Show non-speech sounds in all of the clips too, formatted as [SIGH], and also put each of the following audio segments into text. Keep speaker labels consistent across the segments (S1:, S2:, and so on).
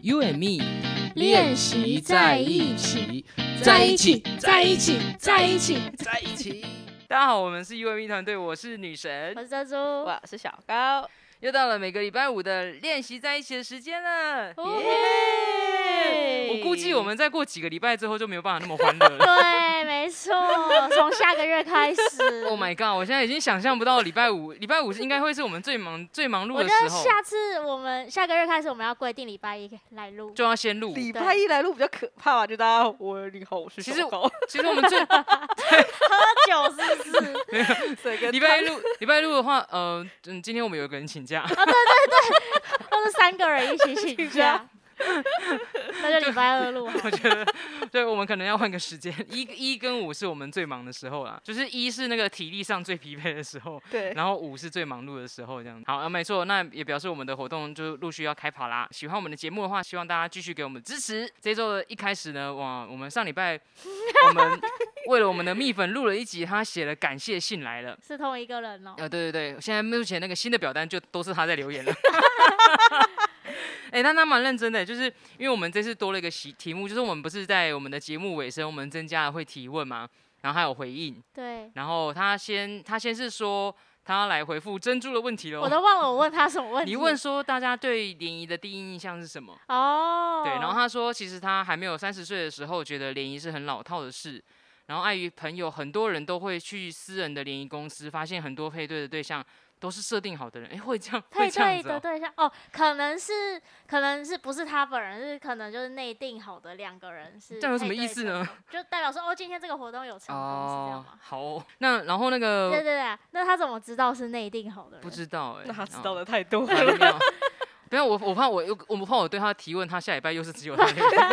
S1: You and me
S2: 练习在一起，
S1: 起，
S2: 在一起，
S1: 在一起，
S2: 在一起。
S1: 在一起。大家好，我们是 U and me 团队，我是女神
S2: 我，是珍珠，哇
S3: 我是小高，
S1: 又到了每个礼拜五的练习在一起的时间了。
S2: 嘿
S1: 我估计我们再过几个礼拜之后就没有办法那么欢乐了。
S2: [LAUGHS] 对，没错，从下个月开 [LAUGHS] 始。
S1: [LAUGHS] Oh my god！我现在已经想象不到礼拜五，礼拜五是应该会是我们最忙、最忙碌
S2: 我
S1: 的
S2: 觉
S1: 时
S2: 得
S1: 候，
S2: 下次我们下个月开始，我们要规定礼拜一来录。
S1: 就要先录。
S3: 礼拜一来录比较可怕吧？就大家我你好，我是
S1: 其实
S3: 小高，
S1: 其实我
S2: [LAUGHS]
S1: 们最
S2: 喝酒是不是？ [LAUGHS]
S3: 整个
S1: 礼拜一录，礼拜一录的话，呃，嗯，今天我们有一个人请假，
S2: 都是三个人一起请假。 [LAUGHS] 那就礼拜二录好 [LAUGHS] 了。
S1: [LAUGHS] 我觉得，对我们可能要换个时间。一一跟五是我们最忙的时候啦，就是一是那个体力上最疲惫的时候，
S3: 对，
S1: 然后五是最忙碌的时候，这样。好，啊，没错，那也表示我们的活动就陆续要开跑啦。喜欢我们的节目的话，希望大家继续给我们支持。这周的一开始呢，哇，我们上礼拜我们为了我们的蜜粉录了一集，他写了感谢信来了。
S2: 是同一个人哦。
S1: 呃，对对对，现在目前那个新的表单就都是他在留言
S2: [LAUGHS]
S1: 了。哎、那他蛮认真的，就是因为我们这次多了一个题题目，就是我们不是在我们的节目尾声，我们增加了会提问嘛，然后还有回应，
S2: 对，
S1: 然后他先他先是说他要来回复珍珠的问题
S2: 我
S1: 喽。
S2: 都忘了我问他什么问题。
S1: 你问说大家对联谊的第一印象是什么？
S2: 哦。
S1: 对，然后他说，其实他还没有三十岁的时候，觉得联谊是很老套的事。然后碍于朋友，很多人都会去私人的联谊公司，发现很多配对的对象都是设定好的人。哎，会这样，会
S2: 配
S1: 这样
S2: 对
S1: 子、哦
S2: 的。对象哦，可能是可能是不是他本人，是可能就是内定好的两个人是。
S1: 这样有什么意思？呢？
S2: 就代表说哦，今天这个活动有成功，是这样
S1: 哦
S2: 吗，？
S1: 好哦那然后那
S2: 对对
S1: 个
S2: 对啊，那他怎么知道是内定好的人？
S1: 不知道哎、
S3: 那他
S1: 哦
S3: 知道的太多
S1: 还
S3: 了，
S1: 没有。不要我，我怕我又，我怕我对他提问，他下礼拜又是只有他留
S2: [LAUGHS]
S1: 言。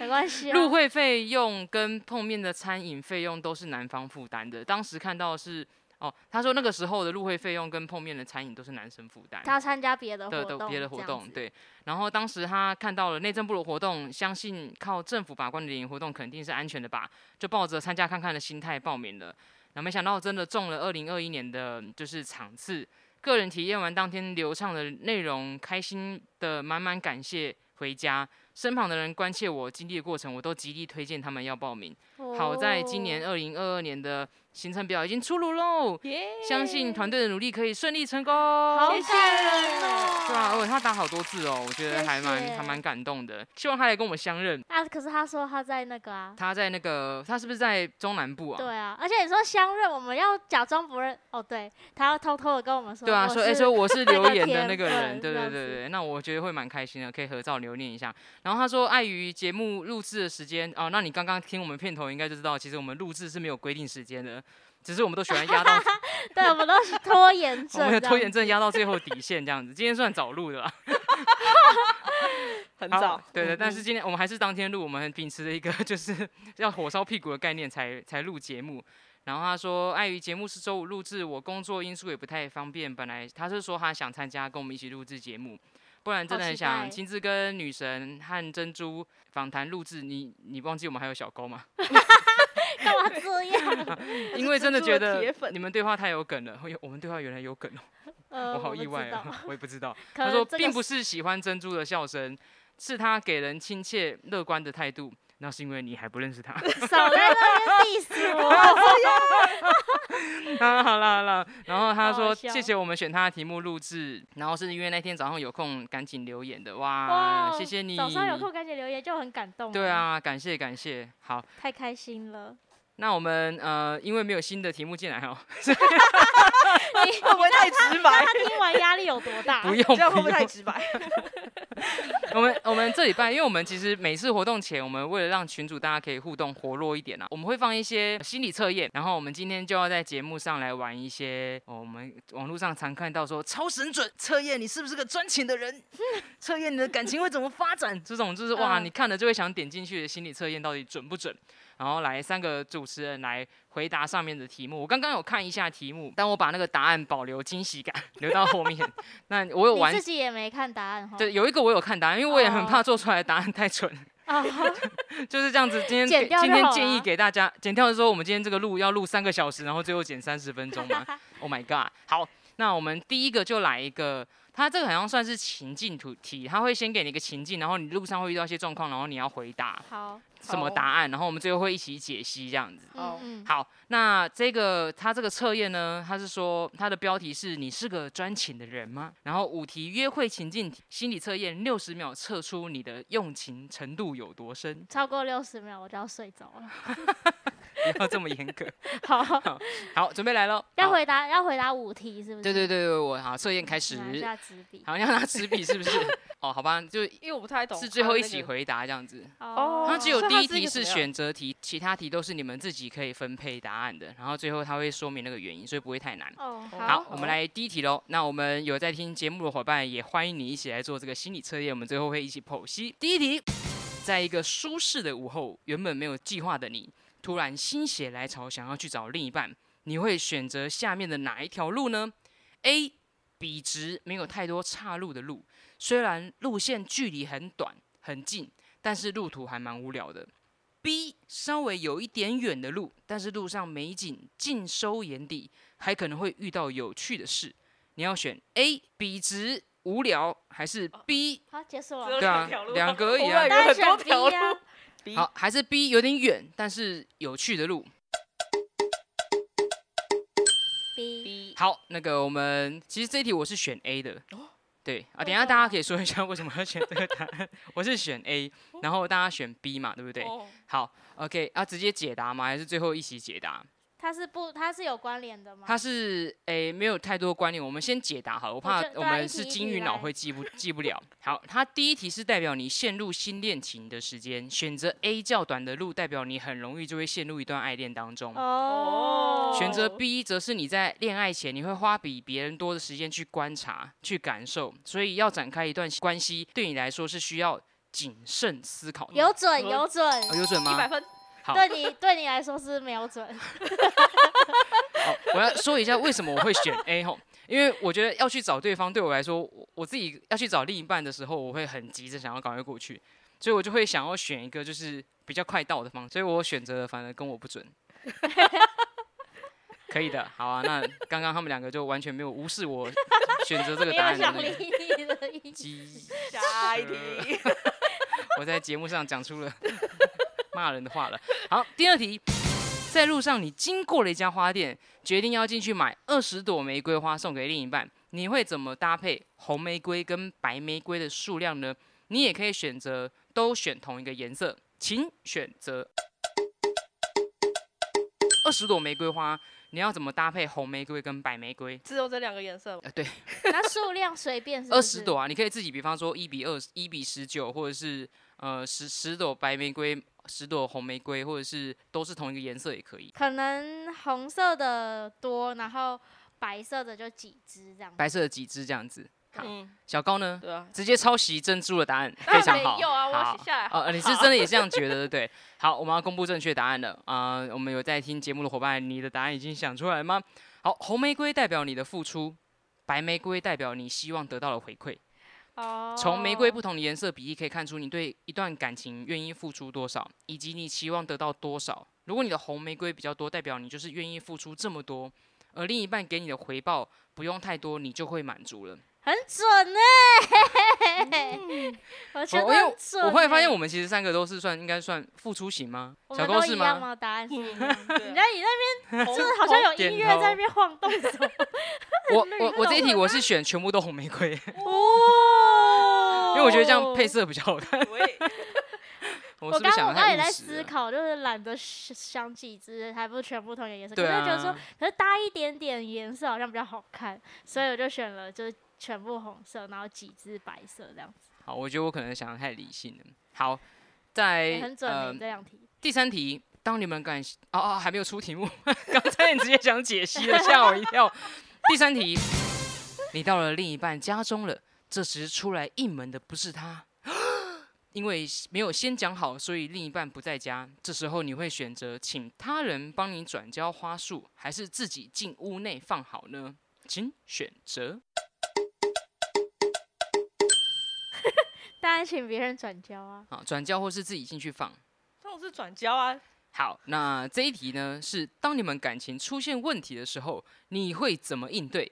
S2: 没关系、啊。
S1: 入会费用跟碰面的餐饮费用都是男方负担的。当时看到是哦，他说那个时候的入会费用跟碰面的餐饮都是男生负担。
S2: 他要参加别的活
S1: 的的
S2: 动，
S1: 别的
S2: 这
S1: 活
S2: 样
S1: 动，
S2: 子，
S1: 对。然后当时他看到了内政部的活动，相信靠政府把关的联谊活动肯定是安全的吧，就抱着参加看看的心态报名了。然后没想到真的中了二零二一年的就是场次，个人体验完当天流畅的内容，开心的满满感谢回家。身旁的人关切我经历的过程，我都极力推荐他们要报名。好在今年
S2: 哦
S1: 二零二二年的行程表已经出炉喽，相信团队的努力可以顺利成功。
S2: 好
S3: 谢谢
S2: 感人
S1: 对啊，
S2: 哦。
S1: 而且他打好多字哦，我觉得
S2: 谢
S1: 还蛮
S2: 谢
S1: 还蛮感动的。希望他来跟我们相认。
S2: 啊，可是他说他在那个啊。
S1: 他在那个，他是不是在中南部啊？
S2: 对啊，而且你说相认，我们要假装不认哦。对，他要偷偷的跟我们说，
S1: 对啊，
S2: 我
S1: 说哎，
S2: 是
S1: 说我
S2: [LAUGHS]
S1: 是留
S2: 个
S1: 言的
S2: 铁
S1: 那个人，
S2: 粉
S1: 对
S2: 这
S1: 对
S2: 样
S1: 对
S2: 子
S1: 对，那我觉得会蛮开心的，可以合照留念一下。然后他说，碍于节目录制的时间哦，那你刚刚听我们片头应该就知道，其实我们录制是没有规定时间的，只是我们都喜欢压
S2: [LAUGHS]
S1: 到
S2: 对，我们都是拖延
S1: 我
S2: 症这样子，
S1: 们的拖延症压到最后底线这样子。今天算早录的啦，
S3: [LAUGHS] 很
S1: 好
S3: [LAUGHS] 早，
S1: 啊对对，
S3: 嗯
S1: 但是今天我们还是当天录，我们秉持着一个就是 [LAUGHS] 要火烧屁股的概念才才录节目。然后他说，碍于节目是周五录制，我工作因素也不太方便。本来他是说他想参加跟我们一起录制节目，不然真的
S2: 好
S1: 很
S2: 期待
S1: 想亲自跟女神和珍珠访谈录制。你你忘记我们还有小勾吗？
S2: 干嘛
S1: [LAUGHS]
S2: 这样？
S1: 因为真的觉
S3: 呃珍珠的
S1: 得
S3: 铁粉
S1: 你们对话太有梗了，哎呦我们对话原来有梗哦，
S2: 呃，
S1: 我好
S2: 不
S1: 意外 [LAUGHS]
S2: 知道
S1: 啊，我也不知道。
S2: 可
S1: 他
S2: 能
S1: 说，
S2: 这个
S1: 并不是喜欢珍珠的笑声，是他给人亲切乐观的态度。那是因为你还不认
S2: [LAUGHS]
S1: 识他。 [LAUGHS]
S2: 少在那边 diss 我。
S1: 啊好啦好啦，然后他
S2: 好好
S1: 说
S2: 笑
S1: 谢谢我们选他的题目录制，然后是因为那天早上有空赶紧留言的，哇，
S2: 哇，哦
S1: 谢谢你。
S2: 早上有空赶紧留言，就很感动。
S1: 对，啊，感谢感谢。好，
S2: 太开心
S1: [LAUGHS]
S2: 了。
S1: 那我们呃，因为没有新的题目进来哦，
S2: 你你知
S3: 会不会
S2: 道
S3: 太
S2: 他
S3: 直白？
S2: 他听完压力有多大？
S1: 不用
S3: 这
S1: 不
S3: 样会不会
S1: 用
S3: 太。直白？
S1: [LAUGHS] 我们我们这礼拜，因为我们其实每次活动前，我们为了让群主大家可以互动活络一点啊，我们会放一些心理测验，然后我们今天就要在节目上来玩一些，哦、我们网络上常看到说超神准测验你是不是个专情的人，测验你的感情会怎么发展，这种就是哇，
S2: 嗯
S1: 你看了就会想点进去的心理测验到底准不准？然后来三个主持人来回答上面的题目。我刚刚有看一下题目，但我把那个答案保留惊喜感 [LAUGHS] 留到后面。那我有
S2: 你
S1: 完
S2: 自己也没看答案哈。
S1: 对，有一个我有看答案，因为我也很
S2: 哦
S1: 怕做出来的答案太蠢， [LAUGHS]
S2: 啊，
S1: 就是这样子。今天
S2: 剪
S1: 给
S2: 掉
S1: 今
S2: 就
S1: 天
S2: 好
S1: 建议
S2: 了
S1: 给大家剪掉的时候，我们今天这个录要录三个小时，然后最后剪三十分钟嘛。Oh my god！好，那我们第一个就来一个，它这个好像算是情境图题，它会先给你一个情境，然后你路上会遇到一些状况，然后你要回答
S2: 好，
S1: 什么
S3: 好
S1: 答案，然后我们最后会一起解析这样子。
S3: 哦
S2: 嗯嗯，，
S1: 好，那这个他这个测验呢，他是说他的标题是“你是个专情的人吗？”然后五题约会情境题心理测验，六十秒测出你的用情程度有多深
S2: 超过六十秒我就要睡着了。 [LAUGHS]
S1: 不要这么严格。 [LAUGHS]
S2: 好，
S1: 好，准备来喽，
S2: 要
S1: 好
S2: 回答要回答五题是不是？
S1: 对对对对，我好测验开始，
S2: 拿下纸笔。
S1: 好像要拿纸笔是不是？哦，好吧，就。
S3: 因为我不太懂，
S1: 是最后一起，回答这样子，
S3: 哦
S1: 它只有
S3: 所以
S1: 第
S3: 它
S1: 一
S3: 是一
S1: 题
S3: 个
S1: 是
S3: 什么样
S1: 选择题，其他题都是你们自己可以分配答案的，然后最后它会说明那个原因，所以不会太难。
S2: 哦，
S1: 好，
S3: 好
S1: 我们来第一题喽。那我们有在听节目的伙伴，也欢迎你一起来做这个心理测验，我们最后会一起剖析。第一题，在一个舒适的午后，原本没有计划的你，突然心血来潮想要去找另一半，你会选择下面的哪一条路呢？A. 笔直没有太多岔路的路，虽然路线距离很短很近，但是路途还蛮无聊的。B 稍微有一点远的路，但是路上美景尽收眼底，还可能会遇到有趣的事。你要选 A 笔直无聊，还是
S3: 哦
S1: B
S2: 好，结束
S3: 只有
S2: 了。
S1: 对啊
S3: 两条路， [LAUGHS]
S1: 两个而已啊
S3: 我以为
S2: 当然
S3: 很多
S2: 选 B
S3: 条
S2: 啊
S3: 路。，B
S1: 好，还是 B 有点远但是有趣的路？
S2: B
S1: [LAUGHS]
S3: B
S1: 好，那个我们其实这一题我是选 A 的
S3: 哦。
S1: 对啊，
S2: 为
S1: 等一下
S2: 什
S1: 大家
S2: 么
S1: 可以说一下为什么要选这个答案。 [LAUGHS] 我是选 A，然后大家选 B 嘛，对不对？
S3: 哦
S1: 好，OK 啊，直接解答吗？还是最后一起解答？
S2: 它是不，它是有关联的吗？
S1: 它是诶、没有太多关联，我们先解答好了，我怕
S2: 就对
S1: 我
S2: 啊
S1: 们
S2: 一题
S1: 是
S2: 一
S1: 金
S2: 题
S1: 鱼脑
S2: 来
S1: 会记不记不了。好，它第一题是代表你陷入新恋情的时间，选择 A 较短的路，代表你很容易就会陷入一段爱恋当中。
S2: 哦，
S1: 选择
S3: 哦
S1: B 则是你在恋爱前，你会花比别人多的时间去观察、去感受，所以要展开一段关系，对你来说是需要谨慎思考的。
S2: 有准有准，
S1: 哦有准
S3: 一百
S1: 吗？
S3: 分，
S1: 好
S2: 对你对你来说是没有准。
S1: 好，我要说一下为什么我会选 A 吼，因为我觉得要去找对方，对我来说，我我自己要去找另一半的时候，我会很急着想要赶快过去，所以我就会想要选一个就是比较快到的方，所以我选择的反而跟我不准。可以的，好啊，那刚刚他们两个就完全没有无视我选择这个
S2: 没
S1: 答案
S2: 有
S1: 的
S2: 想
S1: 那
S2: 理
S1: 个
S2: 你的意思。
S1: 鸡，
S3: 下一题，
S1: 我在节目上讲出了骂人的话了。好，第二题，在路上你经过了一家花店，决定要进去买二十朵玫瑰花送给另一半，你会怎么搭配红玫瑰跟白玫瑰的数量呢？你也可以选择都选同一个颜色，请选择二十朵玫瑰花，你要怎么搭配红玫瑰跟白玫瑰？
S3: 只有这两个颜色吗，
S1: 呃，对，
S2: 那数量随便是不
S1: 二
S2: 是
S1: 十朵啊，你可以自己，比方说一比二、一比十九，或者是呃十十朵白玫瑰、十朵红玫瑰，或者是都是同一个颜色也可以。
S2: 可能红色的多，然后白色的就几只这样。
S1: 白色的几支这样子。好 [LAUGHS]
S3: [LAUGHS] 嗯，
S1: 小高呢，
S3: 对 [LAUGHS] 啊，
S1: 直接抄袭珍珠的答案，
S3: 当
S1: 非
S3: 然
S1: 常
S3: 没
S1: 好。
S3: 有啊，我
S1: 好
S3: 写下来好
S1: 哦、呃，你是真的也这
S3: [LAUGHS]
S1: 样觉得，对不对？好，我们要公布正确答案了。啊、我们有在听节目的伙伴，你的答案已经想出来了吗？好，红玫瑰代表你的付出，白玫瑰代表你希望得到的回馈。
S2: 哦，
S1: 从玫瑰不同的颜色比例可以看出你对一段感情愿意付出多少，以及你期望得到多少。如果你的红玫瑰比较多，代表你就是愿意付出这么多，而另一半给你的回报不用太多，你就会满足了。
S2: 很准呢、 [LAUGHS] 我
S1: 哦
S2: 觉得
S1: 因为
S2: 很准、欸
S1: 我后来发现，我，们其实三个都是算应该算付出型吗？
S2: 我
S1: 小
S2: 们
S1: 高
S2: 都
S1: 是
S2: 一样
S1: 吗？
S2: 吗？答案是一样的。
S3: 对
S2: 你在
S3: 啊
S2: 你那
S3: 红
S2: 边就是好像有
S1: 点
S2: 音乐
S1: 头
S2: 在那边晃动什
S1: [LAUGHS]
S2: 么？ [LAUGHS]
S1: 我
S2: 很累
S1: 我
S2: 那
S1: 我这一
S2: 种
S1: 题我是选全部都红玫瑰，因
S2: 哦，
S1: 为我觉得这样配。色比较好看。
S3: 我也
S1: 我
S2: 哦我
S1: 是不是
S2: 刚刚
S1: 想
S2: 我
S1: 得
S2: 刚
S1: 太
S2: 也
S1: 务
S2: 在
S1: 实
S2: 思
S1: 了？
S2: 考，就是懒得想几只，还不全部同一个颜色。
S1: 对
S2: 可是就觉得
S1: 啊
S2: 说，，可是搭一点点颜色好像比较好看，所以我就选了就是全部红色，然后几只白色这样子，
S1: 好，我觉得我可能想的太理性了。好，在
S2: 也很准欸
S1: 呃
S2: 的、你这两题。
S1: 第三题，当你们感哦哦还没有出题目， [LAUGHS] 刚才你直接想解析了，吓我一跳。第三题，你到了另一半家中了，这时出来应门的不是他， [GASPS] 因为没有先讲好，所以另一半不在家。这时候你会选择请他人帮你转交花束，还是自己进屋内放好呢？请选择。
S2: 当然请别人转交啊。
S1: 嗯啊，转交或是自己进去放。
S3: 这种是转交啊，
S1: 好，那这一题呢是，当你们感情出现问题的时候，你会怎么应对？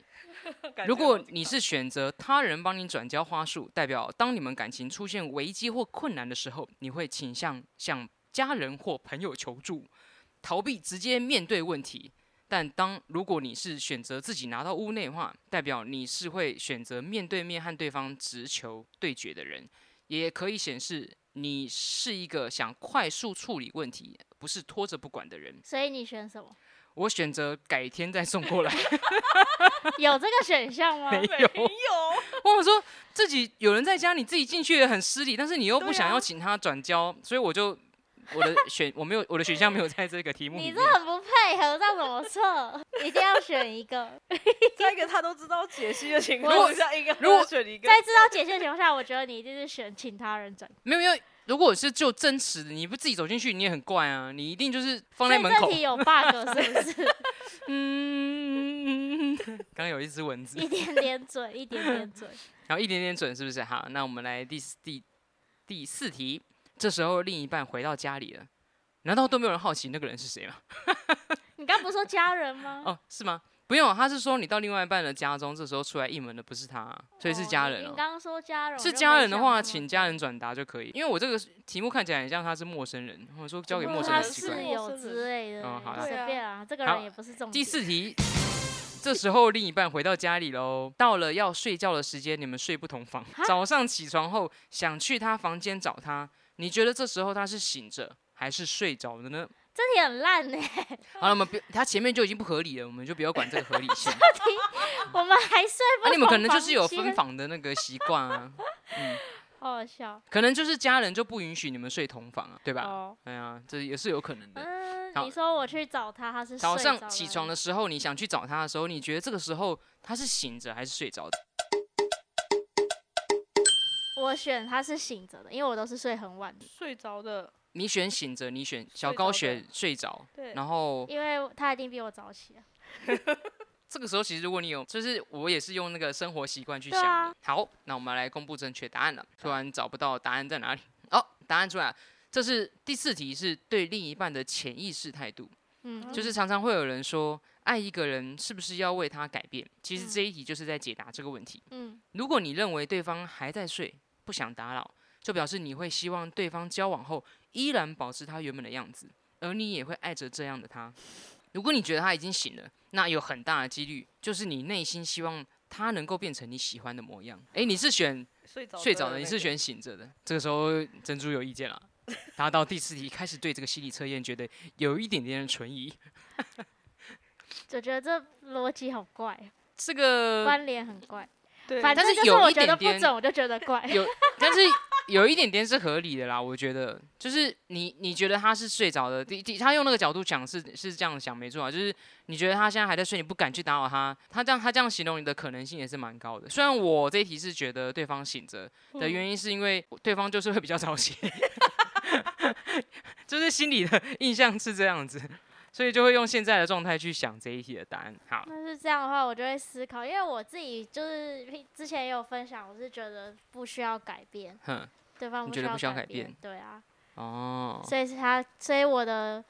S3: 感
S1: 如
S3: 觉
S1: 果
S3: 很紧
S1: 你
S3: 张
S1: 是选择他人帮你转交花束，代表当你们感情出现危机或困难的时候，你会倾向向家人或朋友求助，逃避直接面对问题。但当如果你是选择自己拿到屋内的话，代表你是会选择面对面和对方直球对决的人，也可以显示你是一个想快速处理问题，不是拖着不管的人。
S2: 所以你选什么？
S1: 我选择改天再送过来，
S2: [LAUGHS] 有这个选项吗？
S1: 没
S3: 没
S1: 有。
S3: 有，
S1: 我想说自己有人在家，你自己进去也很失礼，但是你又不
S3: 对
S1: 想
S3: 啊
S1: 要请他转交，所以我就我
S2: [LAUGHS]
S1: 的选我没有我的选项没有在这个题目里
S2: 你
S1: 面
S2: 这。很不配合，这样怎么
S1: [LAUGHS]
S2: 测？一定要选一个。
S3: 在一个他都知道解析的情
S1: 如果
S3: 况下，应该
S1: 如果
S3: 要选一个
S2: 在知道解析的情况下，我觉得你一定是选请他人转。
S1: 没有，因为如果是就真实的，你不自己走进去，你也很怪啊，你一定就是放
S2: 所
S1: 在
S2: 以
S1: 门
S2: 这
S1: 口。
S2: 题有
S1: [LAUGHS]
S2: bug 是不是？
S1: 嗯， [LAUGHS] 刚刚有一只蚊子，
S2: 一点点准，一点点准。
S1: 然后一点点准，是不是？好，那我们来第四第第四题。这时候另一半回到家里了，难道都没有人好奇那个人是谁吗？
S2: 你刚不是说家人吗？
S1: 哦，是吗？不用，他是说你到另外一半的家中，这时候出来应门的不是他啊、所以是家人
S2: 哦。
S1: 哦
S2: 你。刚刚说家人，
S1: 是
S2: 我就
S1: 家
S2: 没
S1: 人的
S2: 想
S1: 话，
S2: 那么
S1: 请
S2: 多
S1: 家人转达就可以，因为我这个题目看起来很像他是陌生人，我说交给
S3: 怎么
S1: 陌
S3: 会
S1: 生
S2: 嗯他
S1: 人很
S3: 是
S1: 奇怪
S2: 室。
S3: 陌生
S2: 友
S3: 人
S2: 之类的欸，
S1: 嗯好啦
S2: 随便啊，这个
S1: 好
S2: 人也不是重点。
S1: 第四题，这时候另一半回到家里喽，到了要睡觉的时间，你们睡不同房
S2: 哈。
S1: 早上起床后想去他房间找他，你觉得这时候他是醒着还是睡着的呢？ [LAUGHS]
S2: 这题很烂呢，
S1: 好了，我们不，他前面就已经不合理了，我们就不要管这个合理 [LAUGHS] 性。
S2: 我们还睡不
S1: 啊，
S2: 同房间。
S1: 你们可能就是有分房的那个习惯啊，嗯，
S2: 好好笑
S1: 可能就是家人就不允许你们睡同房啊，对吧？
S2: 哦。
S1: 哎呀，这也是有可能的。
S2: 嗯，
S1: 好
S2: 你说我去找他，他是
S1: 早
S2: 睡
S1: 上
S2: 着
S1: 起
S2: 了
S1: 床的时候，你想去找他的时候，你觉得这个时候他是醒着还是睡着的？
S2: 我选他是醒着的，因为我都是睡很晚的，
S3: 睡着的，
S1: 你选醒着，你选小
S3: 睡
S1: 高
S3: 着的
S1: 选睡着，
S3: 对，
S1: 然后
S2: 因为他一定比我早起啊。
S1: 这个时候其实如果你有，就是我也是用那个生活习惯去
S2: 对
S1: 想的。
S2: 啊
S1: 好，那我们来公布正确答案了。突然找不到答案在哪里？哦，答案出来了。这是第四题，是对另一半的潜意识态度。
S2: 嗯，
S1: 就是常常会有人说，爱一个人是不是要为他改变？其实
S2: 嗯
S1: 这一题就是在解答这个问题。
S2: 嗯，
S1: 如果你认为对方还在睡，不想打扰，就表示你会希望对方交往后依然保持他原本的样子，而你也会爱着这样的他。如果你觉得他已经醒了，那有很大的几率就是你内心希望他能够变成你喜欢的模样。诶，你是选
S3: 睡
S2: 哦
S3: 着
S1: 睡着的，
S3: 那
S1: 你是
S3: 个
S1: 选醒着的。这个时候珍珠有意见了，他到第四题开始对这个心理测验觉得有一点点的存疑。
S2: 我觉得这逻辑好怪，
S1: 这个，
S2: 关联很怪。
S3: 对，
S2: 反
S1: 呃但
S2: 正
S1: 是
S2: 就是
S1: 有
S2: 我
S1: 一
S2: 觉得
S1: 点
S2: 不
S1: 点
S2: 准，我就觉得怪。
S1: 但是有一点点是合理的啦，我觉得，就是你你觉得他是睡着的，第第他用那个角度讲是是这样想没错啊，就是你觉得他现在还在睡，你不敢去打扰他，他这样他这样形容你的可能性也是蛮高的。虽然我这一题是觉得对方醒着的原因，是因为对方就是会比较早起， [LAUGHS] 就是心里的印象是这样子，所以就会用现在的状态去想这一题的答案。好，
S2: 那是这样的话，我就会思考，因为我自己就是之前也有分享，我是觉得不需要改变，
S1: 哼，
S2: 对方
S1: 你
S2: 不
S1: 觉
S2: 需
S1: 得
S2: 要
S1: 不需要
S2: 改
S1: 改变
S2: 对啊，
S1: 哦，
S2: 所以是他，所以我的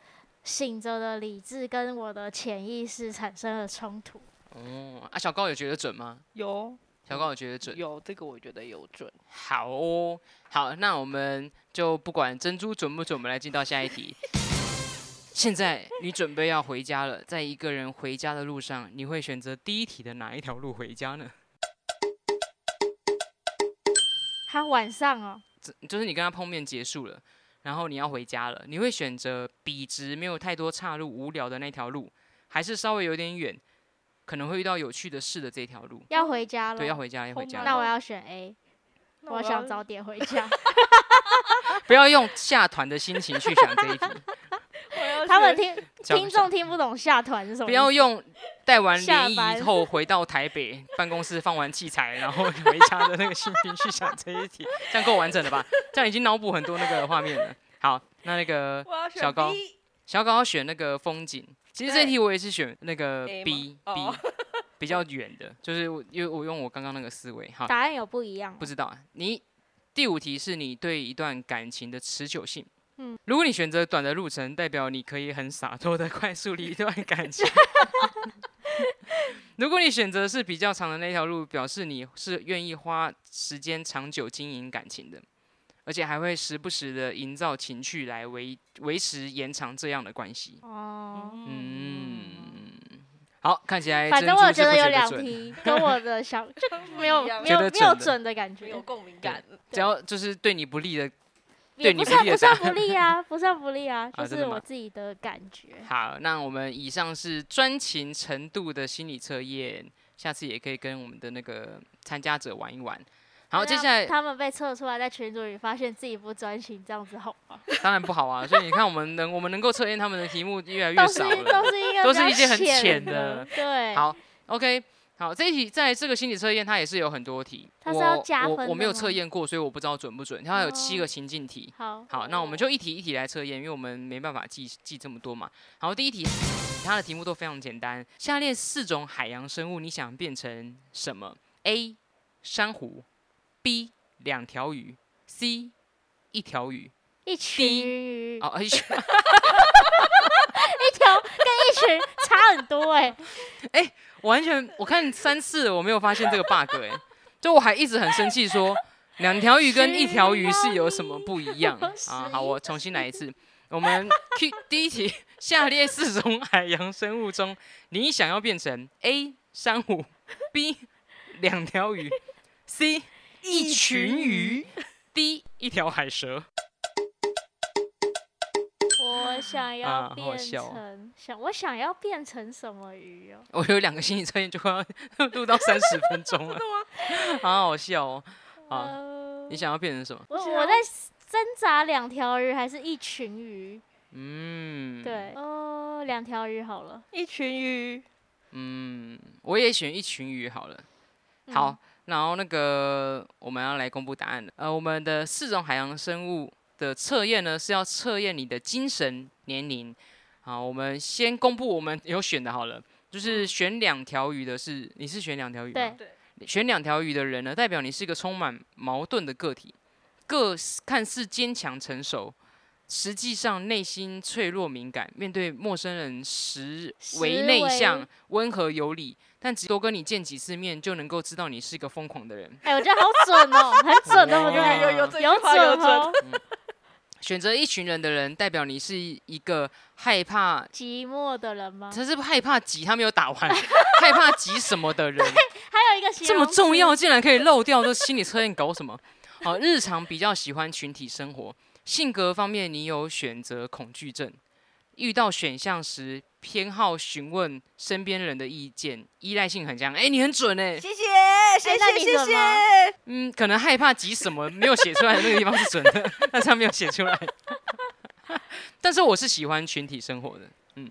S2: 醒着的理智跟我的潜意识产生了冲突。
S1: 哦，啊，小高有觉得准吗？
S3: 有
S1: 小高有觉得准？
S3: 有这个，我觉得有准。
S1: 好哦，好，那我们就不管珍珠准不准，我们来进到下一题。 [LAUGHS] 现在你准备要回家了，在一个人回家的路上，你会选择第一题的哪一条路回家呢？
S2: 他晚上哦，
S1: 就是你跟他碰面结束了，然后你要回家了，你会选择笔直、没有太多岔路、无聊的那条路，还是稍微有点远，可能会遇到有趣的事的这条路？
S2: 要回家了，
S1: 对，要回家，要回
S3: 好
S1: 家
S3: 难
S2: 那
S1: 了，
S2: 我要选 A，
S3: 那
S2: 我想早点回
S3: [LAUGHS]
S2: 家。
S1: 不要用下团的心情去想这一题。
S3: 我要
S2: 他们
S1: [LAUGHS]
S3: 选
S2: 听
S1: 想
S2: 听众听不懂下团是什么
S1: 不
S2: 意思，
S1: 要用带完
S2: 下
S1: 联谊
S2: 班
S1: 后回到台北办公室放完器材，然后回家的那个心情去想这一题，这样够完整了
S2: [LAUGHS]
S1: 吧？这样已经脑补很多那个画面了。好，那那个
S3: 我要选
S1: 小高
S3: B
S1: 小高要选那个风景，其实这
S3: 对
S1: 题我也是选那个
S3: A 吗
S1: B B
S3: 哦
S1: 比较远的，就是我因为我用我刚刚那个思维哈，
S2: 答案有不一样哦
S1: 不。知道啊你第五题是你对一段感情的持久性。
S2: 嗯
S1: 如果你选择短的路程，代表你可以很洒脱的快速离一段感
S2: [LAUGHS]
S1: 情；如果你选择是比较长的那条路，表示你是愿意花时间长久经营感情的，而且还会时不时的营造情趣来维维持延长这样的关系。
S2: 哦，
S1: 嗯，好，看起来
S2: 反
S1: 珍
S2: 正
S1: 珠
S2: 我
S1: 是
S2: 觉
S1: 不
S2: 得有
S1: 觉
S2: 两
S1: 准， [LAUGHS]
S2: 题跟我的想 [LAUGHS] 就没有
S3: 一样
S2: 没有
S1: 觉得
S2: 没有
S1: 准的
S2: 准的感觉
S3: 没，有共鸣
S1: 对
S3: 感，
S1: 只要就是对你不利的。
S2: 也
S1: 对你不
S2: 不算
S1: 利
S2: 不
S1: 的
S2: 算不
S1: [LAUGHS]
S2: 利啊，不算不利啊，就
S1: 啊真
S2: 是
S1: 的
S2: 我
S1: 吗
S2: 自己的感觉。
S1: 好，那我们以上是专情程度的心理测验，下次也可以跟我们的那个参加者玩一玩。好，
S2: 那
S1: 接下来
S2: 啊他们被测出来，在群组里发现自己不专情，这样子好吗？
S1: 当然不好啊，所以你看，我们能我们能够测验他们的题目越来
S2: 都
S1: 越
S2: 是
S1: 少
S2: 都
S1: 了。
S2: 是一个
S1: 都
S2: 比
S1: 是
S2: 较
S1: 一些很
S2: 浅
S1: 浅的，
S2: 的对，
S1: 好，OK，好，这一题在这个心理测验它也是有很多题，
S2: 它
S1: 我
S2: 是要加分
S1: 我我没有
S2: 的吗
S1: 测验过，所以我不知道准不准。它有七
S2: 哦
S1: 个情境题，
S2: 好，
S1: 好，那我们就一题一题来测验，因为我们没办法记记这么多嘛。好，第一题，它的题目都非常简单。下列四种海洋生物，你想变成什么？A. 珊瑚，B. 两条鱼，C. 一条鱼。
S2: 一群鱼，
S1: 哦，哎，嘘
S2: 一条跟一群差很多哎，
S1: 完全，我看三次了我没有发现这个 bug 哎、就我还一直很生气说，两条鱼跟一条鱼是有什么不一样
S2: 是
S1: 啊？好，我重新来一次。我们 Q 第一题，下列四种海洋生物中，你想要变成 A 珊瑚，B 两条鱼，C 一群鱼，D 一条海蛇。
S2: 我想
S1: [LAUGHS] 啊
S2: 要
S1: 好好
S2: 变
S1: 笑哦
S2: 成想我想要变成什么鱼哦？
S1: 我有两个心理测验就快要录到三十分钟
S2: [LAUGHS]
S1: 了，好好笑哦。啊，
S2: 呃
S1: 你想要变成什么？
S2: 我
S3: 想
S2: 我
S3: 要
S2: 在挣扎两条鱼还是一群鱼？
S1: 嗯，
S2: 对，哦，两条鱼好了。
S3: [LAUGHS] 一群鱼，
S1: 嗯，我也选一群鱼好了。
S2: 嗯
S1: 好，然后那个我们要来公布答案了。呃，我们的四种海洋生物的测验呢，是要测验你的精神年龄。好，我们先公布我们有选的好了，就是选两条鱼的是，你是选两条鱼吗？
S2: 对
S1: 选两条鱼的人呢，代表你是一个充满矛盾的个体，个看似坚强成熟，实际上内心脆弱敏感，面对陌生人时
S2: 时
S1: 为内
S2: 为
S1: 向、温和有礼，但只多跟你见几次面就能够知道你是一个疯狂的人。
S2: 哎、我觉得好准哦，很准，对不
S1: 哇
S2: 对？
S1: 有有有
S3: 这句
S2: 有
S3: 话有
S1: [LAUGHS]
S3: 准
S2: 哦，
S1: 选择一群人的人，代表你是一个害怕，
S2: 寂寞的人吗？
S1: 他是不是害怕急，他没有打完， [LAUGHS] 害怕急什么的人。
S2: 还有一个形
S1: 这么
S2: 容
S1: 重
S2: 词
S1: 要，竟然可以漏掉，这心理测验搞什么？ [LAUGHS] 好，日常比较喜欢群体生活，性格方面你有选择恐惧症，遇到选项时偏好询问身边人的意见，依赖性很强。哎、你很准哎、
S3: 谢谢，谢
S2: 那
S3: 谢，
S2: 你
S3: 谢
S2: 准
S3: 谢。
S1: [LAUGHS] 嗯，可能害怕急什么，没有写出来的那个地方是准的，但是他没有写出来。 [LAUGHS] 但是我是喜欢群体生活的，嗯。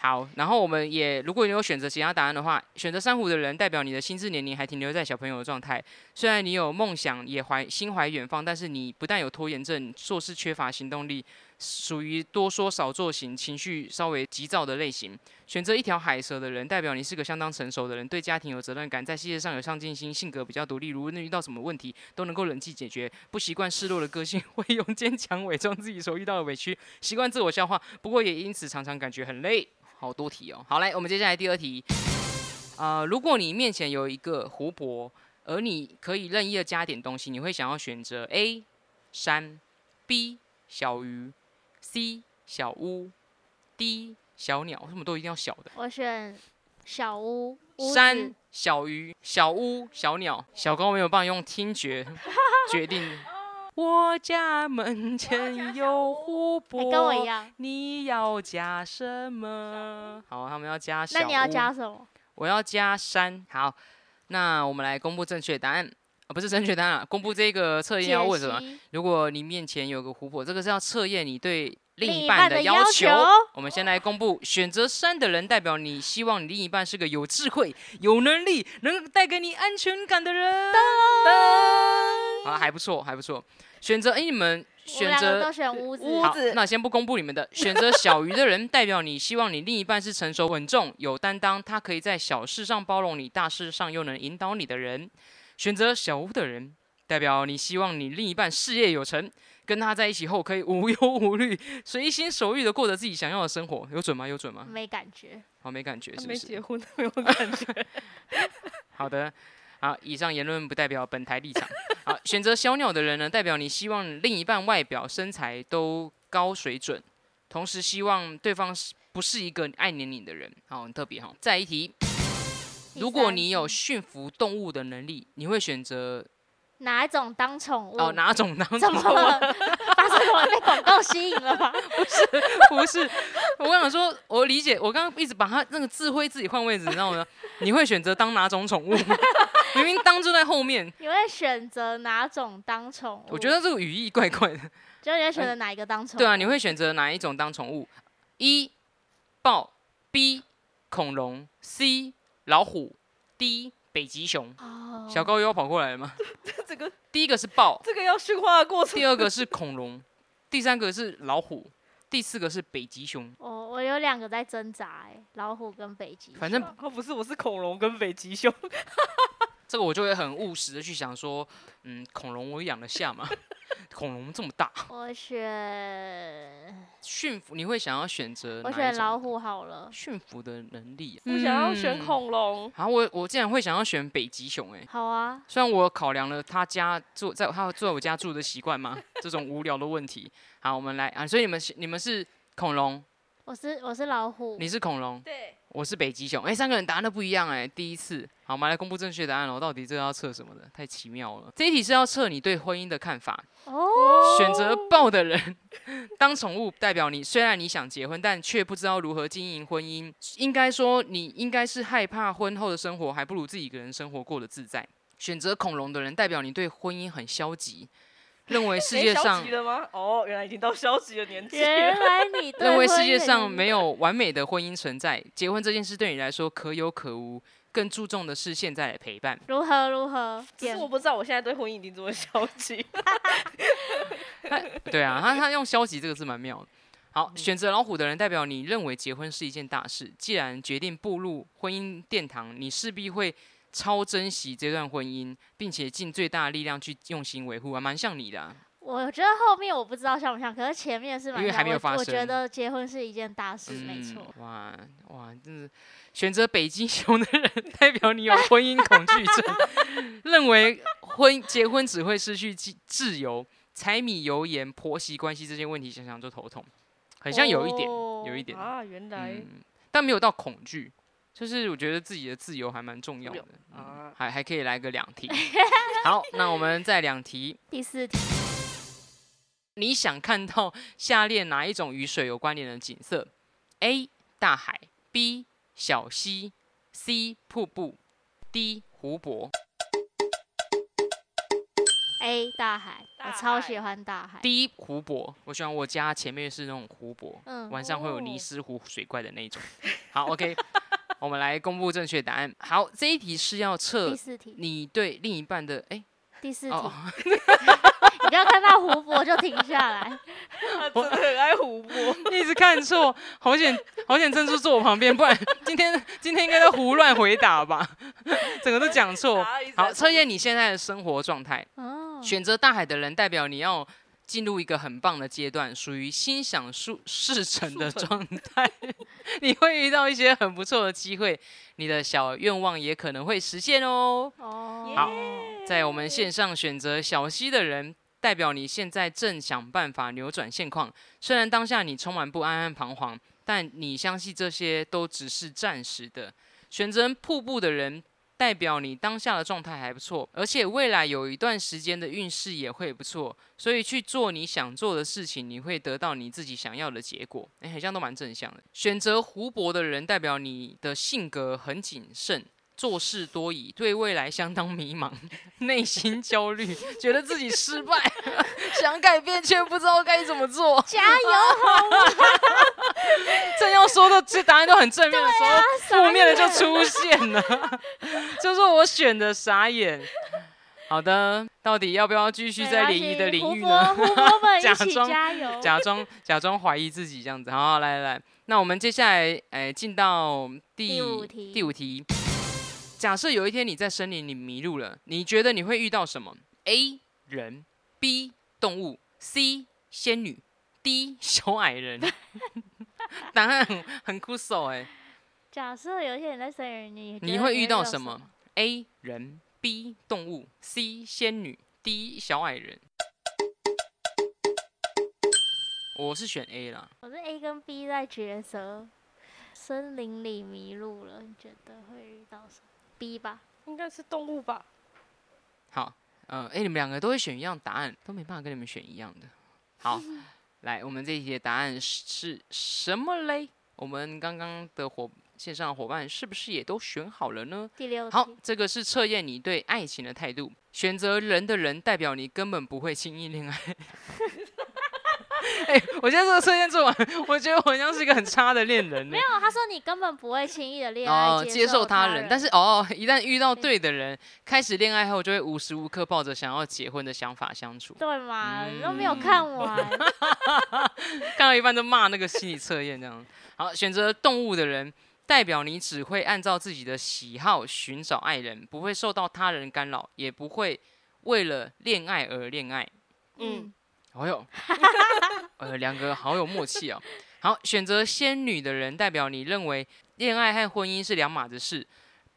S1: 好，然后我们也如果你有选择其他答案的话，选择珊瑚的人代表你的心智年龄还停留在小朋友的状态。虽然你有梦想，也怀心怀远方，但是你不但有拖延症，做事缺乏行动力，属于多说少做型，情绪稍微急躁的类型。选择一条海蛇的人，代表你是个相当成熟的人，对家庭有责任感，在事业上有上进心，性格比较独立，无论遇到什么问题都能够冷静解决，不习惯示弱的个性， [LAUGHS] 会用坚强伪装自己所遇到的委屈，习惯自我消化，不过也因此常常感觉很累。好多题哦，好来，我们接下来第二题。呃，如果你面前有一个湖泊，而你可以任意的加点东西，你会想要选择 A 山，B 小鱼，C 小屋，D 小鸟，为什么都一定要小的？
S2: 我选小屋。屋
S1: 山
S2: 子、
S1: 小鱼、小屋、小鸟、小高没有办法用听觉 [LAUGHS] 决定。我家门前有湖
S2: 哎
S1: 泊，
S2: 跟我一样。
S1: 你要加什么？好，他们要加小
S2: 那
S1: 屋。
S2: 你要加什么？
S1: 我要加山。好，那我们来公布正确答案。啊，不是正确答案、啊，公布这个测验要问什么？
S2: 解析
S1: 如果你面前有个湖泊，这个是要测验你对另
S2: 另一
S1: 一
S2: 半
S1: 半
S2: 的
S1: 的
S2: 要
S1: 求。
S2: 求
S1: 我们先来公布，选择三的人代表你希望你另一半是个有智慧、有能力、能带给你安全感的人。啊，还不错，还不错。选择，哎、你们
S2: 我们
S1: 选
S2: 两个
S1: 择
S2: 都选屋子
S3: 屋。
S1: 好
S3: 子，
S1: 那先不公布你们的。选择小鱼的人代表你希望你另一半是成熟稳重、有担当，他可以在小事上包容你，大事上又能引导你的人。选择小屋的人代表你希望你另一半事业有成，跟他在一起后可以无忧无虑、随心所欲的过着自己想要的生活，有准吗？有准吗？
S2: 没感觉。
S1: 好，没感觉是
S3: 他
S1: 不
S3: 没
S1: 是？
S3: 结婚都没有感觉。
S1: 好的，好，以上言论不代表本台立场。好， [LAUGHS] 选择小鸟的人呢，代表你希望另一半外表、身材都高水准，同时希望对方是不是一个爱黏你的人。好，很特别哈。再一题，如果你有
S2: 第三
S1: 驯服动物的能力，你会选择
S2: 题哪一种当宠物？
S1: 哦哪种当
S2: 怎
S1: 宠
S2: 么
S1: 物？
S2: 了？ [LAUGHS] 发生什么被广告吸引了吧？
S1: [LAUGHS] 不是，我想说，我理解，我刚刚一直把它那个智慧自己换位置，你知道吗？ [LAUGHS] 你会选择当哪种宠物 [LAUGHS] 吗？明明当就在后面，
S2: 你会选择哪种当宠物？
S1: 我觉，得这个语义怪怪的。
S2: 就你会选择哪一个当宠物？
S1: 对啊，你会选择哪一种当宠物？一豹，B 恐龙，C 老虎，D 北极熊。
S2: 哦，
S1: 小高又要跑过来了吗？
S3: [LAUGHS] 这个
S1: 第一个是豹，
S3: 这个要驯化的过程
S1: 第，二个是恐龙，第三个是老虎，第四个是北极熊。
S2: 我我有两个在挣扎、哎，老虎跟北极熊。
S1: 反正
S3: 哦，不是，我是恐龙跟北极熊。
S1: 这个我就会很务实的去想说，嗯，恐龙我养得下吗？ [LAUGHS] 恐龙这么大，
S2: 我选
S1: 驯服你会想要选择
S2: 我
S1: 哪一
S2: 选
S1: 种
S2: 老虎好了，
S1: 驯服的能力、啊。
S3: 我想要选
S1: 嗯。
S3: 恐龙，
S1: 好，我我竟然会想要选北极熊哎、
S2: 好啊，
S1: 虽然我考量了他家住在他住在我家住的习惯嘛，这种无聊的问题。好，我们来啊，所以你们是你们是恐龙，
S2: 我是我是老虎，
S1: 你是恐龙，
S3: 对，
S1: 我是北极熊。哎、三个人答案都不一样哎、第一次。好，我们来公布正确答案哦。到底这个要测什么的？太奇妙了。这一题是要测你对婚姻的看法。
S2: 哦，
S1: 选择豹的人 [LAUGHS] 当宠物，代表你虽然你想结婚，但却不知道如何经营婚姻。应该说，你应该是害怕婚后的生活，还不如自己一个人生活过得自在。选择恐龙的人，代表你对婚姻很消极，认为世
S2: [LAUGHS]
S3: 哎
S1: 界上
S3: 的吗？哦，原来已经到消极的年纪了。
S2: 原来你对
S1: [LAUGHS] 认为世
S2: 婚
S1: 界
S2: 姻
S1: 上没有完美的婚姻存在，结婚这件事对你来说可有可无，更注重的是现在的陪伴。
S2: 如何如何，
S3: 只是
S2: 点
S3: 我不知道，我现在对婚姻已经这么消
S1: [LAUGHS]
S3: 极。
S2: [LAUGHS]
S1: 对啊，他他用消极这个字蛮妙的。好，
S2: 嗯
S1: 选择老虎的人代表你认为结婚是一件大事，既然决定步入婚姻殿堂，你势必会超珍惜这段婚姻，并且尽最大的力量去用心维护，还蛮像你的啊、
S2: 我觉得后面我不知道像不像，可是前面是蛮
S1: 因为
S2: 像
S1: 还没有
S2: 我
S1: 发
S2: 我觉
S1: 生
S2: 得结婚是一件大事，没错。
S1: 嗯哇哇，真是选择北极熊的人，代表你有婚姻恐惧症， [LAUGHS] 认为婚结婚只会失去自自由，柴米油盐、婆媳关系这些问题，想想就头痛，很像有一点，有一
S2: 哦
S1: 点。
S3: 啊，原来
S1: 嗯，但没有到恐惧，就是我觉得自己的自由还蛮重要
S3: 自
S1: 的嗯
S3: 由，啊，
S1: 还还可以来个两
S3: [LAUGHS]
S1: 题。好，那我们再两题。
S2: 第四题，
S1: 你想看到下列哪一种与水有关联的景色？A. 大海 B. 小溪 C. 瀑布 D. 湖泊
S2: A 大海，我
S3: 大
S2: 超
S3: 海
S2: 喜欢大海。
S1: D. 湖泊。我喜欢我家前面是那种湖泊，
S2: 嗯，
S1: 晚上会有尼
S3: 哦
S1: 斯湖水怪的那一种。好，OK，我
S3: [LAUGHS]
S1: 们来公布正确答案。好，这一题是要测
S2: 第四题，
S1: 你对另一半的哎、
S2: 第四题，
S1: 哦， [LAUGHS]
S2: 你不要看到湖泊就停下来。
S3: 他真的很爱湖泊。
S1: 一直看错，好险好险，珍珠坐我旁边，不
S3: [LAUGHS]
S1: 然今天今天应该在胡乱回答吧， [LAUGHS] 整个都讲
S3: [LAUGHS]
S1: 错。
S3: 答案一直在嗯
S1: 好，测验你现在的生活状态。
S2: 哦，
S1: [LAUGHS] 选择大海的人，代表你要进入一个很棒的阶段，属于心想事事成的状态。 [LAUGHS] 你会遇到一些很不错的机会，你的小愿望也可能会实现哦。
S2: 哦，
S1: [LAUGHS] 好在我们线上选择小溪的人，代表你现在正想办法扭转现况。虽然当下你充满不安和彷徨，但你相信这些都只是暂时的。选择瀑布的人，代表你当下的状态还不错，而且未来有一段时间的运势也会不错。所以去做你想做的事情，你会得到你自己想要的结果。哎，很像都蛮正向的。选择湖泊的人，代表你的性格很谨慎。做事多疑，对未来相当迷茫， [LAUGHS] 内心焦 [LAUGHS] 虑，觉得自己失败， [LAUGHS] 想改变却不知道该怎么做。[LAUGHS]
S2: 加油！
S1: 正要说的这答案都很正面的时候，负
S2: 傻
S1: 面的就
S2: 眼
S1: 出现了， [LAUGHS] 就是我选的傻眼。好的，到底要不要继续
S2: 没
S1: 在
S2: 关
S1: 联谊
S2: 系
S1: 的领域
S2: 湖
S1: 呢
S2: 泊？湖
S1: [LAUGHS]
S2: 泊们
S1: 假
S2: 一起
S1: 装
S2: 加油。
S1: 假装假装怀疑自己这样子。好好，来来来，那我们接下来，哎，进到第
S2: 第五题
S1: 第五题假设有一天你在森林里迷路了，你觉得你会遇到什么 A 人，B 动物，C 仙女，D 小矮人。答案很很酷手哎、
S2: 假设有一天你在生日，你觉
S1: 你
S2: 得
S1: 会
S2: 你
S1: 遇到什
S2: 么
S1: 么？A 人，B 动物，C 仙女，D 小矮人。我是选 A 啦，
S2: 我是 A 跟 B 在抉择，森林里迷路了，你觉得会遇到什么？B 吧，
S3: 应该是动物吧？
S1: 好，呃，哎、你们两个都会选一样答案，都没办法跟你们选一样的。好，来，我们这一题的答案是什么嘞？我们刚刚的伙线上伙伴是不是也都选好了呢？
S2: 第六
S1: 好
S2: 题，，哦
S1: 这个是测验你对爱情的态度。选择人的人，代表你根本不会轻易恋爱。 [LAUGHS] 哎、我现在这个测验做完，我觉得我好像是一个很差的恋人呢。
S2: 没有，他说你根本不会轻易的恋
S1: 哦
S2: 爱，
S1: 接
S2: 受
S1: 受他
S2: 人
S1: 人，，但是哦，一旦遇到对
S2: 对
S1: 的人，开始恋爱后就会无时无刻抱着想要结婚的想法相处。
S2: 对嘛？你都没有
S1: 嗯
S2: 看完， [LAUGHS]
S1: 看到一半都骂那个心理测验这样。好，选择动物的人，代表你只会按照自己的喜好寻找爱人，不会受到他人干扰，也不会为了恋爱而恋爱。
S3: 嗯
S2: 嗯，
S1: 哦哟，呃，两个好有默契哦。好，选择仙女的人，代表你认为恋爱和婚姻是两码子事。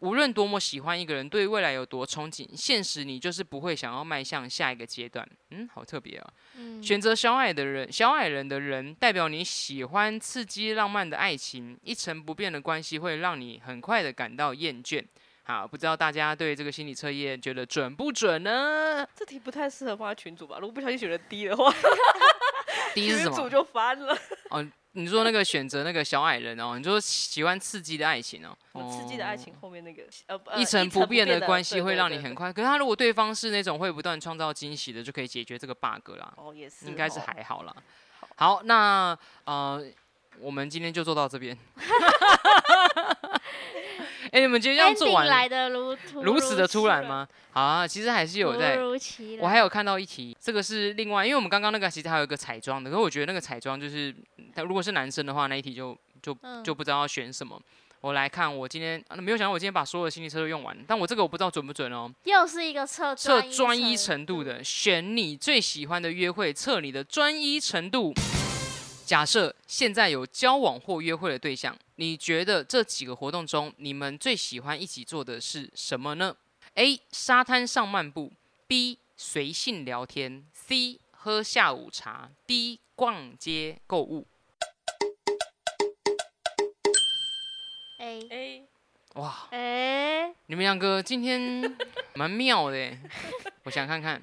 S1: 无论多么喜欢一个人，对未来有多憧憬，现实你就是不会想要迈向下一个阶段。嗯，好特别啊、
S2: 嗯
S1: 选择小矮的人，小矮人的人代表你喜欢刺激浪漫的爱情，一成不变的关系会让你很快的感到厌倦。好，不知道大家对这个心理测验觉得准不准呢？
S3: 这题不太适合放在群主吧？如果不小心选了 D 的话，
S1: 第一是
S3: 群
S1: 什
S3: 主
S1: 么？
S3: 就翻
S1: [LAUGHS]
S3: 了。
S1: 哦你说那个选择那个小矮人哦，你说喜欢刺激的爱情哦，
S3: 什么刺激的爱情
S1: 哦。
S3: 后面那个呃不呃
S1: 一成不
S3: 不
S1: 变
S3: 变
S1: 的关系
S3: 对
S1: 会
S3: 对
S1: 让
S3: 对
S1: 你很
S3: 对
S1: 快，可是他如果对方是那种会不断创造惊喜的，就可以解决这个 bug 啦。
S3: 哦，也是
S1: 应该是
S3: 哦
S1: 还好啦。好，那呃，我们今天就做到这边。 [LAUGHS] 哎、你们今天这样做
S2: ending
S1: 完
S2: 来的如突
S1: 如此的突然
S2: 其
S1: 吗？好啊，其实还是有
S2: 突
S1: 在。
S2: 如其来，
S1: 我还有看到一题，这个是另外，因为我们刚刚那个其实还有一个彩妆的，可是我觉得那个彩妆就是，但如果是男生的话，那一题就就
S2: 嗯
S1: 就不知道要选什么。我来看，我今天、啊、没有想到我今天把所有的心理测都用完，但我这个我不知道准不准哦。
S2: 又是一个测
S1: 测专
S2: 专
S1: 一程度，的，选你最喜欢的约会，测你的专一程度。假设现在有交往或约会的对象，你觉得这几个活动中，你们最喜欢一起做的是什么呢？A. 沙滩上漫步，B. 随性聊天，C. 喝下午茶，D. 逛街购物。
S2: 哎
S3: 哎，
S1: 哇，
S2: 哎，
S1: 你们两个今天蛮妙的耶， [LAUGHS] 我想看看，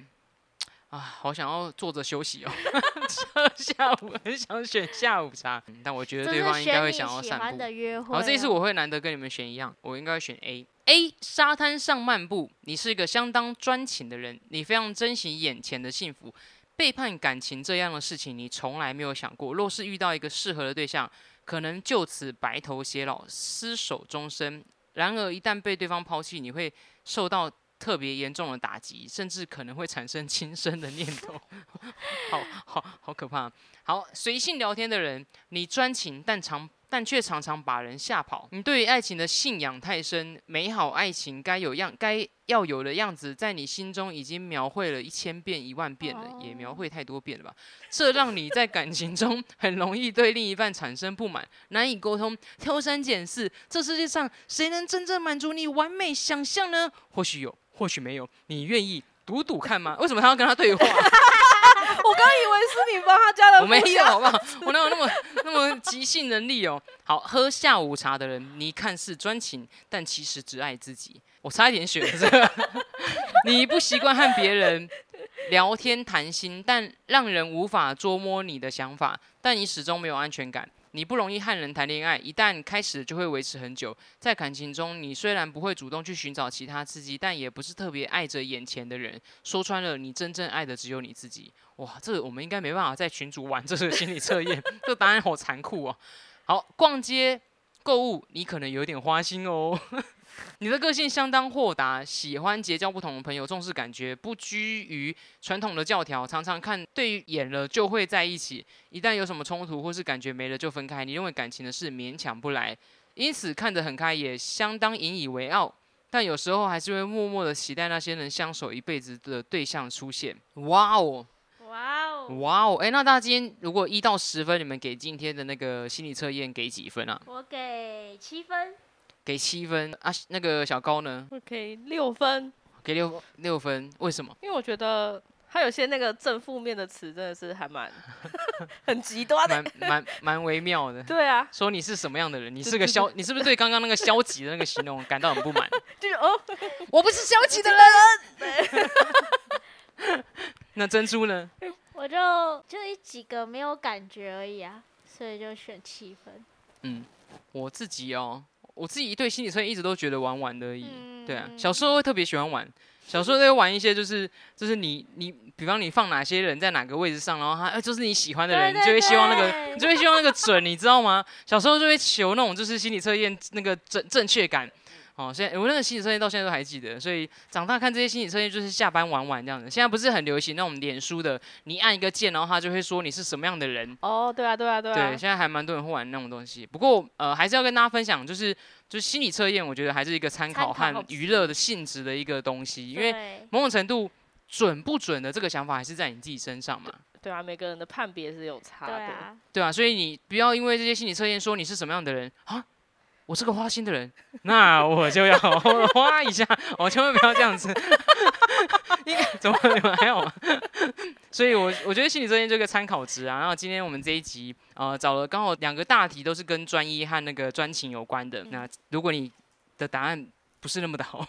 S1: 啊，好想要坐着休息哦。 [LAUGHS] 下午很想选下午茶，嗯但我觉得
S2: 这
S1: 对方
S2: 是
S1: 应该
S2: 选
S1: 会
S2: 你
S1: 想要
S2: 喜
S1: 散
S2: 欢
S1: 步。
S2: 的约会哦。
S1: 然后这一次我会难得跟你们选一样，我应该会选 A。A 沙滩上漫步，你是一个相当专情的人，你非常珍惜眼前的幸福。背叛感情这样的事情，你从来没有想过。若是遇到一个适合的对象，可能就此白头偕老，厮守终生。然而，一旦被对方抛弃，你会受到特别严重的打击，甚至可能会产生 [LAUGHS] 轻生的念头。好好好可怕！好，随性聊天的人，你专情但常但却常常把人吓跑。你对于爱情的信仰太深，美好爱情该有样该要有的样子，在你心中已经描绘了一千遍一万遍了，也描
S2: 哦
S1: 绘太多遍了吧？这让你在感情中很容易对另一半产生不满，难以沟通，挑三拣四。这世界上谁能真正满足你完美想象呢？或许有，或许没有，你愿意赌赌看吗？为什么他要跟他对话？
S3: 我刚以为是你帮他加了，
S1: 我没有，好不好？我哪有那么那么即兴能力哦？好，喝下午茶的人，你看似专情，但其实只爱自己。我差一点选这个。 [LAUGHS] 你不习惯和别人聊天谈心，但让人无法捉摸你的想法，但你始终没有安全感。你不容易和人谈恋爱，一旦开始就会维持很久。在感情中，你虽然不会主动去寻找其他刺激，但也不是特别爱着眼前的人。说穿了，你真正爱的只有你自己。哇，这个我们应该没办法在群组玩这个心理测验，这个答案好残酷哦。好，逛街购物，你可能有点花心哦。 [LAUGHS] 你的个性相当豁达，喜欢结交不同的朋友，重视感觉，不拘于传统的教条，常常看对眼了就会在一起。一旦有什么冲突或是感觉没了就分开，你认为感情的事勉强不来，因此看得很开，也相当引以为傲。但有时候还是会默默的期待那些能相守一辈子的对象出现。哇哦，
S2: 哇哦，
S1: 哇哦，哎，那大家今天如果一到十分，你们给今天的那个心理测验给几分啊？
S2: 我给七分。
S1: 给七分啊？那个小高呢？
S3: 我给六分，
S1: 给六六分，为什么？
S3: 因为我觉得它有些那个正负面的词真的是
S1: [LAUGHS]
S3: 还蛮很极端的。
S1: 蛮蛮蛮微妙的。
S3: 对啊，
S1: 说你是什么样的人？你是
S3: 对
S1: 个
S3: 对
S1: 消，你是不是对刚刚那个消极的那个形容感到很不满？
S3: 就是哦，
S1: [LAUGHS] 我不是消极的人。 [LAUGHS] 那珍珠呢？
S2: 我就就一几个没有感觉而已啊，所以就选七分。
S1: 嗯，我自己哦，我自己对心理测验一直都觉得玩玩的而已。
S2: 嗯
S1: 对啊，小时候会特别喜欢玩，小时候都会玩一些就是就是你你，比方你放哪些人在哪个位置上，然后他、呃、就是你喜欢的人，
S2: 对
S1: 你就会希望那
S2: 对
S1: 个，你就会希望那个准，你知道吗？小时候就会求那种就是心理测验那个正正确感。哦，现在我那个心理测验到现在都还记得，所以长大看这些心理测验就是下班玩玩这样子。现在不是很流行那种脸书的，你按一个键，然后他就会说你是什么样的人，
S3: 哦，对啊，对啊，对
S1: 对，
S3: 啊，
S1: 现在还蛮多人会玩那种东西。不过呃，还是要跟大家分享，就是就是心理测验，我觉得还是一个参考
S3: 参考
S1: 和娱乐的性质的一个东西，因为
S2: 对
S1: 某种程度准不准的这个想法还是在你自己身上嘛。
S3: 对啊，每个人的判别是有差
S2: 对
S3: 的。
S2: 啊，
S1: 对啊，所以你不要因为这些心理测验说你是什么样的人啊，我是个花心的人，那我就要 [LAUGHS] 花一下，我千万不要这样子。 [LAUGHS] 你怎么你们还好吗？啊 [LAUGHS] 所以我我觉得心理测验这个参考值啊，然后今天我们这一集呃找了刚好两个大题都是跟专一和那个专情有关的。那如果你的答案不是那么的好，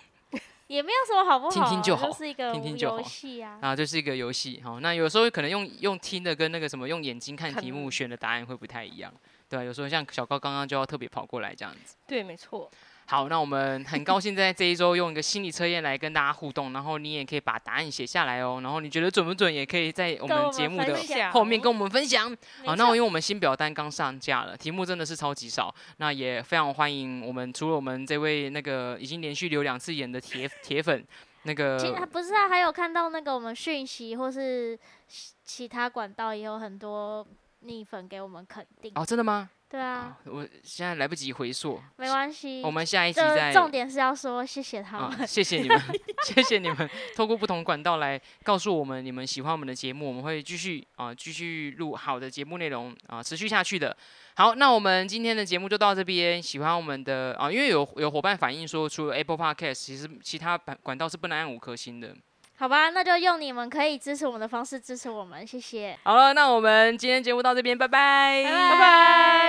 S2: 也没有什么好不好啊，
S1: 听听就好
S2: 是一个
S1: 听听就好
S2: 游戏啊。
S1: 啊，就是一个游戏好，那有时候可能用用听的跟那个什么用眼睛看
S3: 看
S1: 题目选的答案会不太一样，对啊，有时候像小高刚刚就要特别跑过来这样子。
S3: 对，没错。
S1: 好，那我们很高兴在这一周用一个心理测验来跟大家互动，然后你也可以把答案写下来哦，然后你觉得准不准，也可以在我
S2: 跟
S1: 们节目的
S2: 分享哦
S1: 后面跟我们分享。好，
S2: 没
S1: 那我
S2: 错
S1: 因为我们新表单刚上架了，题目真的是超级少，那也非常欢迎我们除了我们这位那个已经连续留两次言的铁铁粉，那
S2: 其实
S1: 个
S2: 还不是啊，还有看到那个我们讯息或是其其他管道也有很多逆粉给我们肯定。
S1: 哦，真的吗？
S2: 对啊，
S1: 啊我现在来不及回溯，
S2: 没关系。
S1: 我们下一集
S2: 这
S1: 再。
S2: 重点是要说谢谢他们。
S1: 啊，谢谢你们， [LAUGHS] 谢谢你们，透过不同管道来告诉我们你们喜欢我们的节目，我们会继续啊，继续录好的节目内容啊，持续下去的。好，那我们今天的节目就到这边。喜欢我们的啊，因为有有伙伴反映说，除了 Apple Podcast，其实其他管管道是不能按五颗星的。
S2: 好吧，那就用你们可以支持我们的方式支持我们，谢谢。
S1: 好了，那我们今天节目到这边，拜拜，
S2: 拜
S3: 拜拜。